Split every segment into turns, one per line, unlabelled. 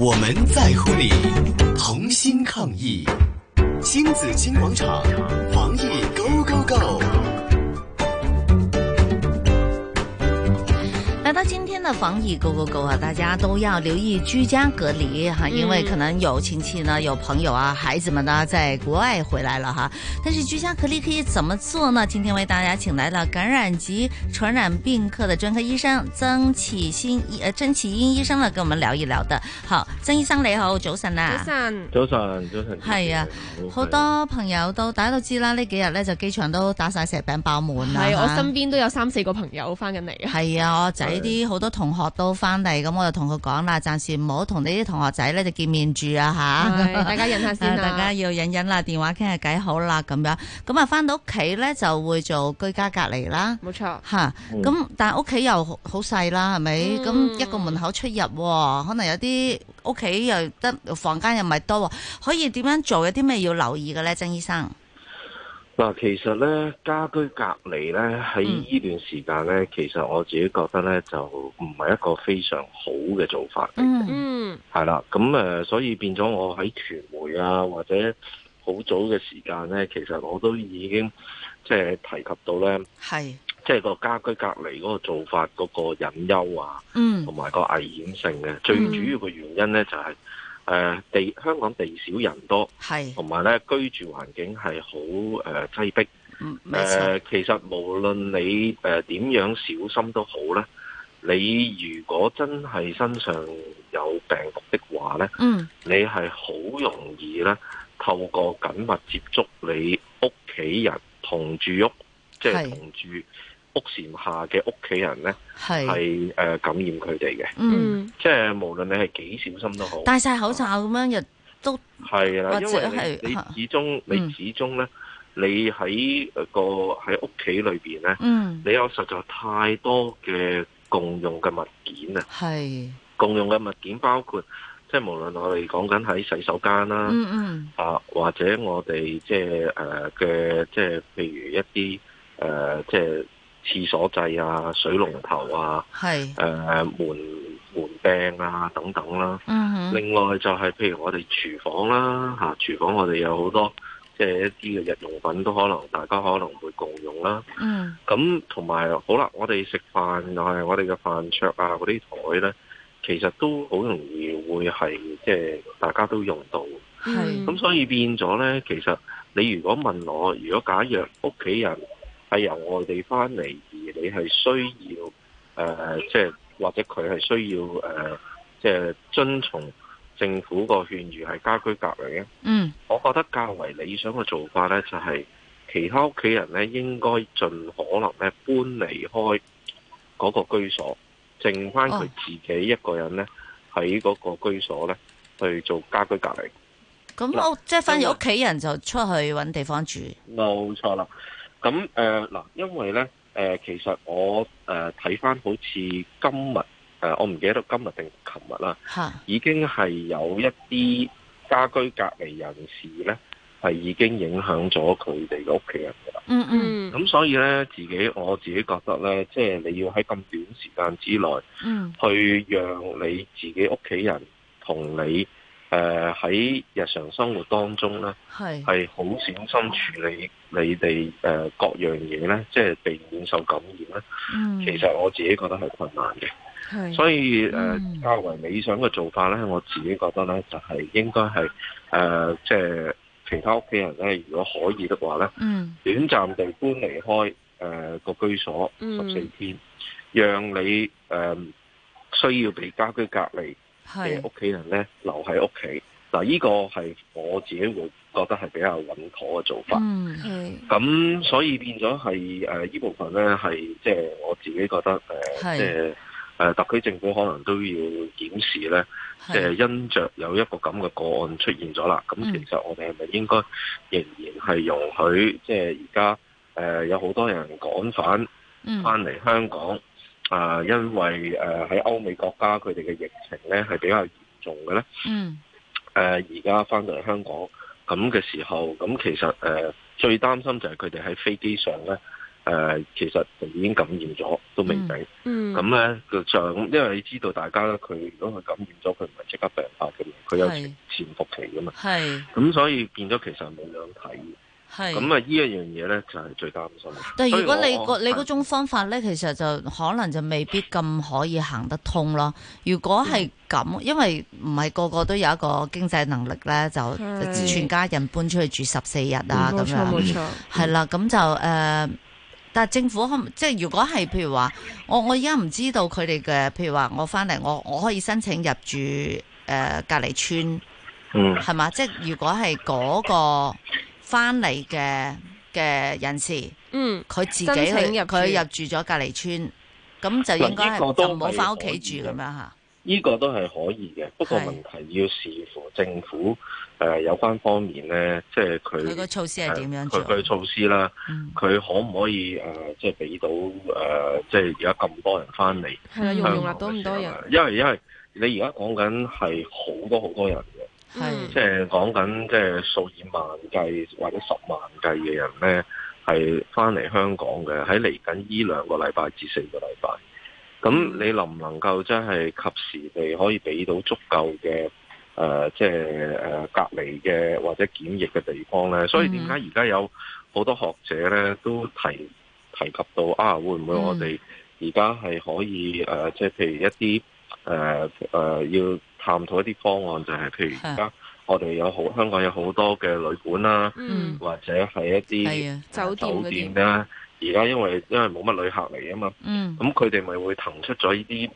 我们在乎你，同心抗疫，星子金广场防疫 Go Go Go。
来到今天的防疫 Go Go Go 啊，大家都要留意居家隔离哈，因为可能有亲戚呢、有朋友啊、孩子们呢在国外回来了哈。但是居家隔离可以怎么做呢？今天为大家请来了感染及传染病科的专科医生曾启新医呃曾启英医生呢，跟我们聊一聊的。好，曾医生你好，早晨啊。
晨，
早晨，早晨。
係啊，好多朋友都大家都知啦，呢幾日咧就機場都打晒石餅爆啊滿啦。
係我
嚇
身邊都有三四個朋友翻緊嚟啊，
係啊，我仔啲好多同學都翻嚟，咁我就同佢講啦，暫時唔好同你啲同學仔咧就見面住啊
係
吓。
大家忍下
啊
先啦，
大家要忍忍啦，電話傾下偈好啦，咁樣咁啊，翻到屋企咧就會做居家隔離啦，
冇錯，
吓
嗯
咁、但係屋企又好好細啦，係咪？
嗯
咁、一個門口出入喎，可能有啲屋企又得房間又唔係多喎，可以點樣做？有啲咩要留意嘅咧，曾醫生？
嗱，其實咧家居隔離咧喺
嗯
呢段時間咧，其實我自己覺得咧就唔係一個非常好嘅做法嚟，
嗯
嗯
係啦、咁誒、呃所以變咗我喺傳媒啊，或者好早嘅時間咧，其實我都已經即係提及到咧，
係，
即係個家居隔離嗰個做法嗰個隱憂啊，
嗯
同埋個危險性嘅。最
嗯
主要嘅原因咧就係、呃地香港地少人多。
係，
同埋咧居住環境係好誒擠迫。誒、呃
嗯，沒錯，
其實無論你誒呃點、樣小心都好咧，你如果真係身上有病毒的話咧，
嗯
你係好容易咧透過緊密接觸你屋企人同住屋，即係
係
同住屋檐下嘅屋企人咧，
係，
係誒、呃感染佢哋嘅。
嗯。
嗯
即係無論你係幾小心都好。
戴晒口罩咁樣又都
係啦，
或
因
者
為
係
你
嚇
你始終
嗯
你始終咧，你喺呃個喺屋企裏邊咧，
嗯
你有實在太多嘅共用嘅物件啊！
係
共用嘅物件包括即係無論我哋講緊喺洗手間啦，
嗯嗯
啊或者我哋即係誒嘅即係譬如一啲誒、呃即係廁所掣啊、水龍頭啊、
係
誒、門門柄啊等等啦。
嗯哼
另外就係譬如我哋廚房啦，嚇、廚房我哋有好多即係一啲嘅日用品都可能大家可能會共用啦。
嗯
咁同埋好啦，我哋食飯又係我哋嘅飯桌啊嗰啲台咧，其實都好容易會係即係大家都用到。
嗯
嗯係
咁所以變咗咧，其實你如果問我，如果假若屋企人係由外地翻嚟，而你係需要誒、呃即係或者佢係需要誒、呃即係遵從政府個勸喻係家居隔離嘅，
嗯
我覺得較為理想嘅做法咧，就係、其他屋企人咧應該盡可能咧搬離開嗰個居所，剩翻佢
哦
自己一個人咧喺嗰個居所咧去做家居隔離。
咁
嗱啊
我即係反
因
而
為
屋企人就出去揾地方住
嗯冇錯啦。咁誒嗱，因為咧誒、呃其實我誒睇翻好似今日誒、呃我唔記得咗今日定琴日啦，
嚇
已經係有一啲家居隔離人士咧，係已經影響咗佢哋嘅屋企人㗎啦。
嗯嗯
嗯
咁所以咧，自己我自己覺得咧，即係你要喺咁短時間之內，
嗯
去讓你自己屋企人同你誒喺、日常生活當中咧。
係
係好小心處理你哋誒、呃各樣嘢咧，即係避免受感染咧。
嗯
其實我自己覺得係困難嘅，
係
所以誒、呃
嗯
較為理想嘅做法咧，我自己覺得咧就係、應該係誒、呃即係其他屋企人咧，如果可以的話咧，
嗯
短暫地搬離開誒、呃、個居所
嗯
十四天，讓你誒、呃需要被家居隔離嘅
係
屋企人咧留喺屋企。嗱，呢個係我自己會覺得係比較穩妥嘅做法。
嗯
係
咁所以變咗係誒呢部分咧係即係我自己覺得
係
誒即係誒特區政府可能都要檢視咧，即係
係
因着有一個咁嘅個案出現咗啦，咁
嗯
其實我哋係咪應該仍然係容許即係而家誒有好多人趕返
嗯
翻嚟香港啊、因為誒喺歐美國家佢哋嘅疫情咧係比較嚴重嘅咧。
嗯
誒呃而家翻到嚟香港咁嘅時候，咁其實誒、呃最擔心就係佢哋喺飛機上咧，誒、其實就已經感染咗，都未定。
嗯
咁咧就因為你知道大家咧，佢如果佢感染咗，佢唔係即刻病發嘅，佢有
係
潛伏期噶嘛。
係
咁所以變咗其實冇兩睇。
係。
咁啊，呢一樣嘢咧就係最擔心。
但係如果
所以
你
我
個你嗰種方法咧，其實就可能就未必咁可以行得通咯。如果
嗯
係咁，因為唔係個個都有一個經濟能力咧，就
係嗯
全家人搬出去住十四日啊咁
冇錯
樣，
冇錯，
係啦，咁就誒。呃但係政府可唔即係如果係譬如話，我我而家唔知道佢哋嘅，譬如話我翻嚟，我我可以申請入住誒、呃隔離村
嗯
係嘛？即係如果係嗰個翻嚟嘅嘅人士，
嗯，
佢自己
申
去
請入住
佢入住咗隔離村，咁就應該
嗱呢
係
個都
就唔好
係
翻屋
可以
企住咁
嘅
樣嚇。
呢個都係可以嘅，不過
係
問題要視乎政府誒、呃有關方面咧，即係佢
佢個措施係點樣
佢佢
做？
措施啦，
嗯
佢可唔可以誒、呃即係俾到誒、呃即係而家咁多人翻嚟
係啦，
嗯
容唔
香
容納
港
到
嘅
咁
時
多
候
人
呢？因為因為你而家講緊係好多好多人嘅，
係
嗯
即係講緊即係數以萬計或者十萬計嘅人咧，係翻嚟香港嘅，喺嚟緊呢兩個禮拜至四個禮拜。咁你能唔能夠真係及時地可以俾到足夠嘅誒，即係誒隔離嘅或者檢疫嘅地方咧？所以點解而家有好多學者咧都提提及到啊，會唔會我哋而家係可以誒，呃即係譬如一啲誒誒呃要探討一啲方案，就係譬如而家我哋有好香港有好多嘅旅館啦，
嗯，
或者係一啲
係啊，
呃
酒店嗰
酒
啲
店啦。而家因為因為冇乜旅客嚟啊嘛。
嗯
咁佢哋咪會騰出咗呢啲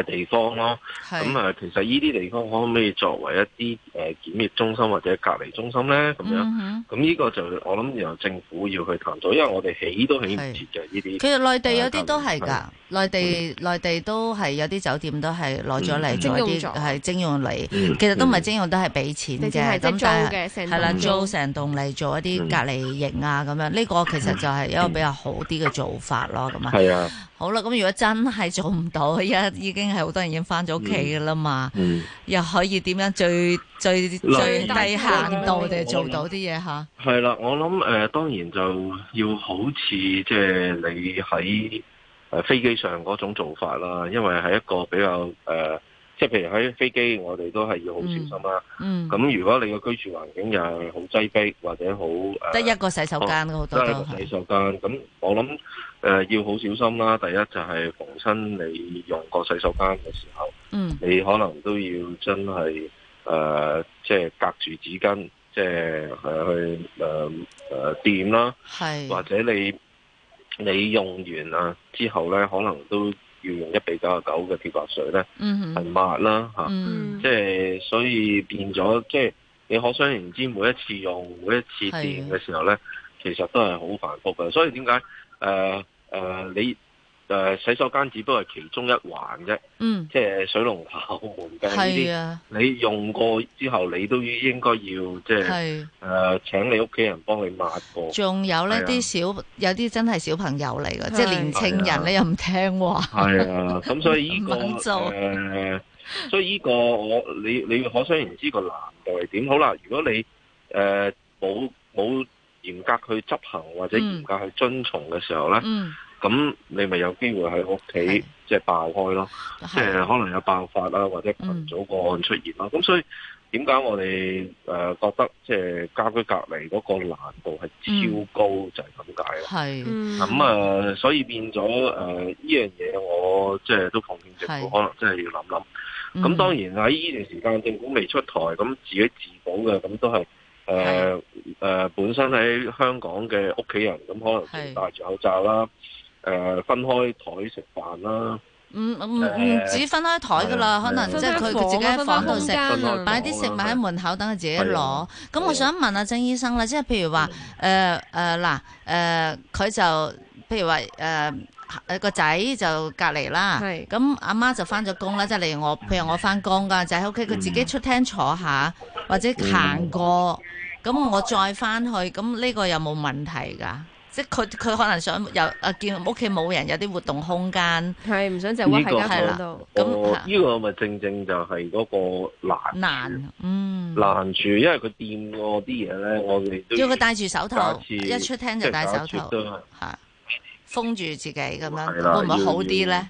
嘅地方咯。咁
係
啊，其實呢啲地方可唔可以作為一啲誒檢疫中心或者隔離中心咧？咁樣
嗯哼
咁呢個就我諗由政府要去探討，因為我哋起都起唔
係
切嘅呢啲。
其實內地有啲都係㗎，內地內地都係有啲酒店都係攞咗嚟
嗯
做一
徵
啲
用咗
係徵用嚟，
嗯
其實都唔係徵用，都係俾錢
你只
嘅。
係即係
咁
租
但係
嘅成
係啦，
棟
租成棟嚟做一啲
嗯
隔離營啊咁樣，呢個其實就係一個比較好啲嘅做法咯，咁啊。
係啊，
好啦，咁如果真係做唔到，而家已經係好多人已經翻咗屋企噶啦嘛，
嗯，
又可以點樣最最
嗱
最低限度地做到啲嘢吓？
係啦，我諗誒、呃，當然就要好似即係你喺誒飛機上嗰種做法啦，因為係一個比較誒、呃即係譬如喺飛機，我哋都係要好小心啦。
嗯，
咁如果你個居住環境又係好擠迫或者好誒，
得一個洗手間好
都
多
係
都
一個洗
係，
手間，咁我諗誒、呃要好小心啦。第一就係逢親你用個洗手間嘅時候，
嗯
你可能都要真係誒、呃即係隔住紙巾，即係誒去誒誒掂啦，
係，
或者你你用完啊之後咧，可能都要用一比九十九嘅漂白水咧，
嗯
係啊
哼
抹啦嚇。
嗯
即係所以變咗，即係你可想而知，每一次用、每一次電
啊
嘅時候咧，其實都係好繁複嘅。所以點解誒誒你誒、呃洗手間只不過係其中一環啫，
嗯，
即係水龍頭、門柄呢
係
啲，
啊，
你用過之後，你都應該要即係
係。
誒請你屋企人幫你抹 過。
仲有呢
係啊
啲小有啲真係小朋友嚟嘅，
係啊
即係年青
啊
人咧又唔聽話，
係啊，咁所以呢、個
唔肯做
誒，所以呢個我你你可想而知個難度係點。好啦，如果你誒冇冇嚴格去執行或者
嗯
嚴格去遵從嘅時候咧，
嗯，
咁、你咪有機會喺屋
係
企即係爆開咯，即係
係嗯
可能有爆發啦，或者群組個案出現啦。咁、所以點解我哋誒、呃、覺得即係家居隔離嗰個難度係超高，就係咁解啦。
係
嗯
咁啊、呃所以變咗誒呢樣嘢，我即係都奉勸政府
係
可能真係要諗諗。
嗯
咁當然喺呢段時間，政府未出台，咁自己自保嘅，咁都係誒誒本身喺香港嘅屋企人，咁可能
係
就戴住口罩啦，誒、呃分開台食飯啦，
唔唔唔止分開台噶啦，
誒
可能
分
即係
開
佢佢
房
自己喺
分開
房度
空
食
間。啊
分開
擺啲食物喺門口等佢自己
哦係
攞
啊。嗯
咁
係
我
啊
想問阿曾醫生啦，即係譬如話誒誒嗱誒，佢就譬如話誒誒個仔就隔離啦，
係
咁阿媽就翻咗工啦，即係例如我，譬如我翻工噶，就喺屋企
嗯
佢自己出廳坐下或者行過，咁我再翻去，咁呢個有冇問題㗎？即係佢佢可能想有啊見屋企冇人有啲活動空間
係唔想就屈
呢
喺間
個
房度，
咁嚇
我哦呢個咪正正就係嗰個難
難，嗯，
難處，因為佢掂過啲嘢咧，我哋都
要佢戴住手套，
假設
一出廳就戴手套。吓，封住自己咁樣，
係啦
會唔會好啲咧？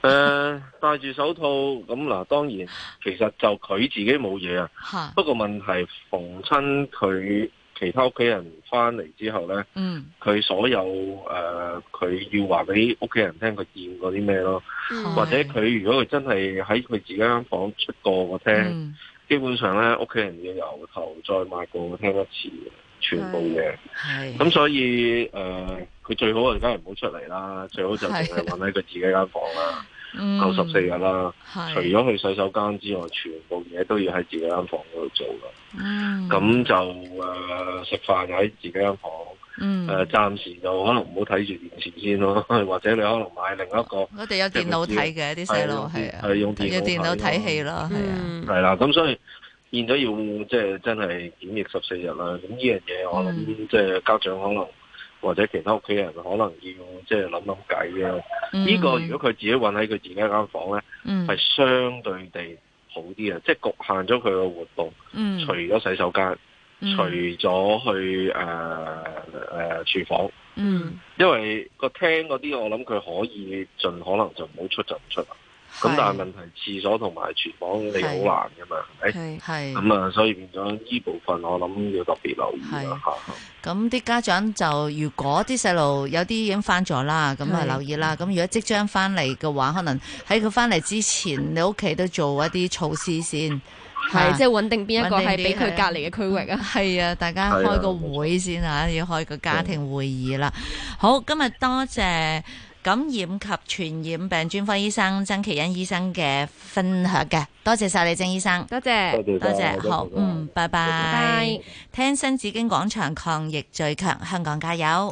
诶、呃戴住手套咁嗱，當然其實就佢自己冇嘢啊。
吓，
不過問題逢親佢其他屋企人翻嚟之後呢，
嗯，
佢所有诶，呃佢、要話俾屋企人聽佢掂過啲咩咯，
嗯
或者佢如果佢真係喺佢自己間房出過個廳，
嗯，
基本上呢，屋企人要由頭再抹過個廳一次嘅，全部
嗯
嘢。
系，
咁所以诶，呃佢、最好啊，梗係唔好出嚟啦，最好就淨係揾喺佢自己間房啦，夠十四日啦。除
嗯係，
咗去洗手間之外，全部嘢都要喺自己間房嗰度做啦。
嗯，
咁、就誒、呃食飯又喺自己間房，誒、
嗯，
暫時就可能唔好睇住電視先咯， 或者你可能買另一個
我哋有電腦睇嘅啲細路係啊，
係用電
用電腦睇戲
咯，
咯，係啊，
嗯，
係啦。咁所以變咗要即係真係檢疫十四日啦。咁呢樣嘢我諗、
嗯
即係家長可能或者其他屋企人可能要即係諗諗計啊嘅。嗯呢、個如果佢自己揾喺佢自己間房咧。
嗯
係相對地好啲啊，即係局限咗佢個活動，
嗯
除咗洗手間，
嗯
除咗去誒誒、呃呃廚房，
嗯，
因為個廳嗰啲我諗佢可以盡可能就唔好出就唔出啦。咁
係
但係問題廁所同埋廚房你
係
好難噶嘛，係咪？
係係
咁啊，所以變咗呢部分我諗要特別留意啦嚇。
咁啲家長就如果啲細路有啲已經翻咗啦，咁啊
係
留意啦。咁如果即將翻嚟嘅話，可能喺佢翻嚟之前，你屋企都做一啲措施先。
係
嚇
即係穩定邊一個係
穩定
俾
啲
佢隔離嘅區域啊？
係啊，大家
係啊
開個會先吓，要開個家庭
啊
會議啦。好，今日多謝感染及傳染病專科醫生曾祈殷醫生嘅分享嘅，多謝晒你，曾醫生，
多謝，
多謝
多
晒
謝，好，嗯，拜
拜拜
拜。。聽新紫荊廣場抗疫最強，香港加油！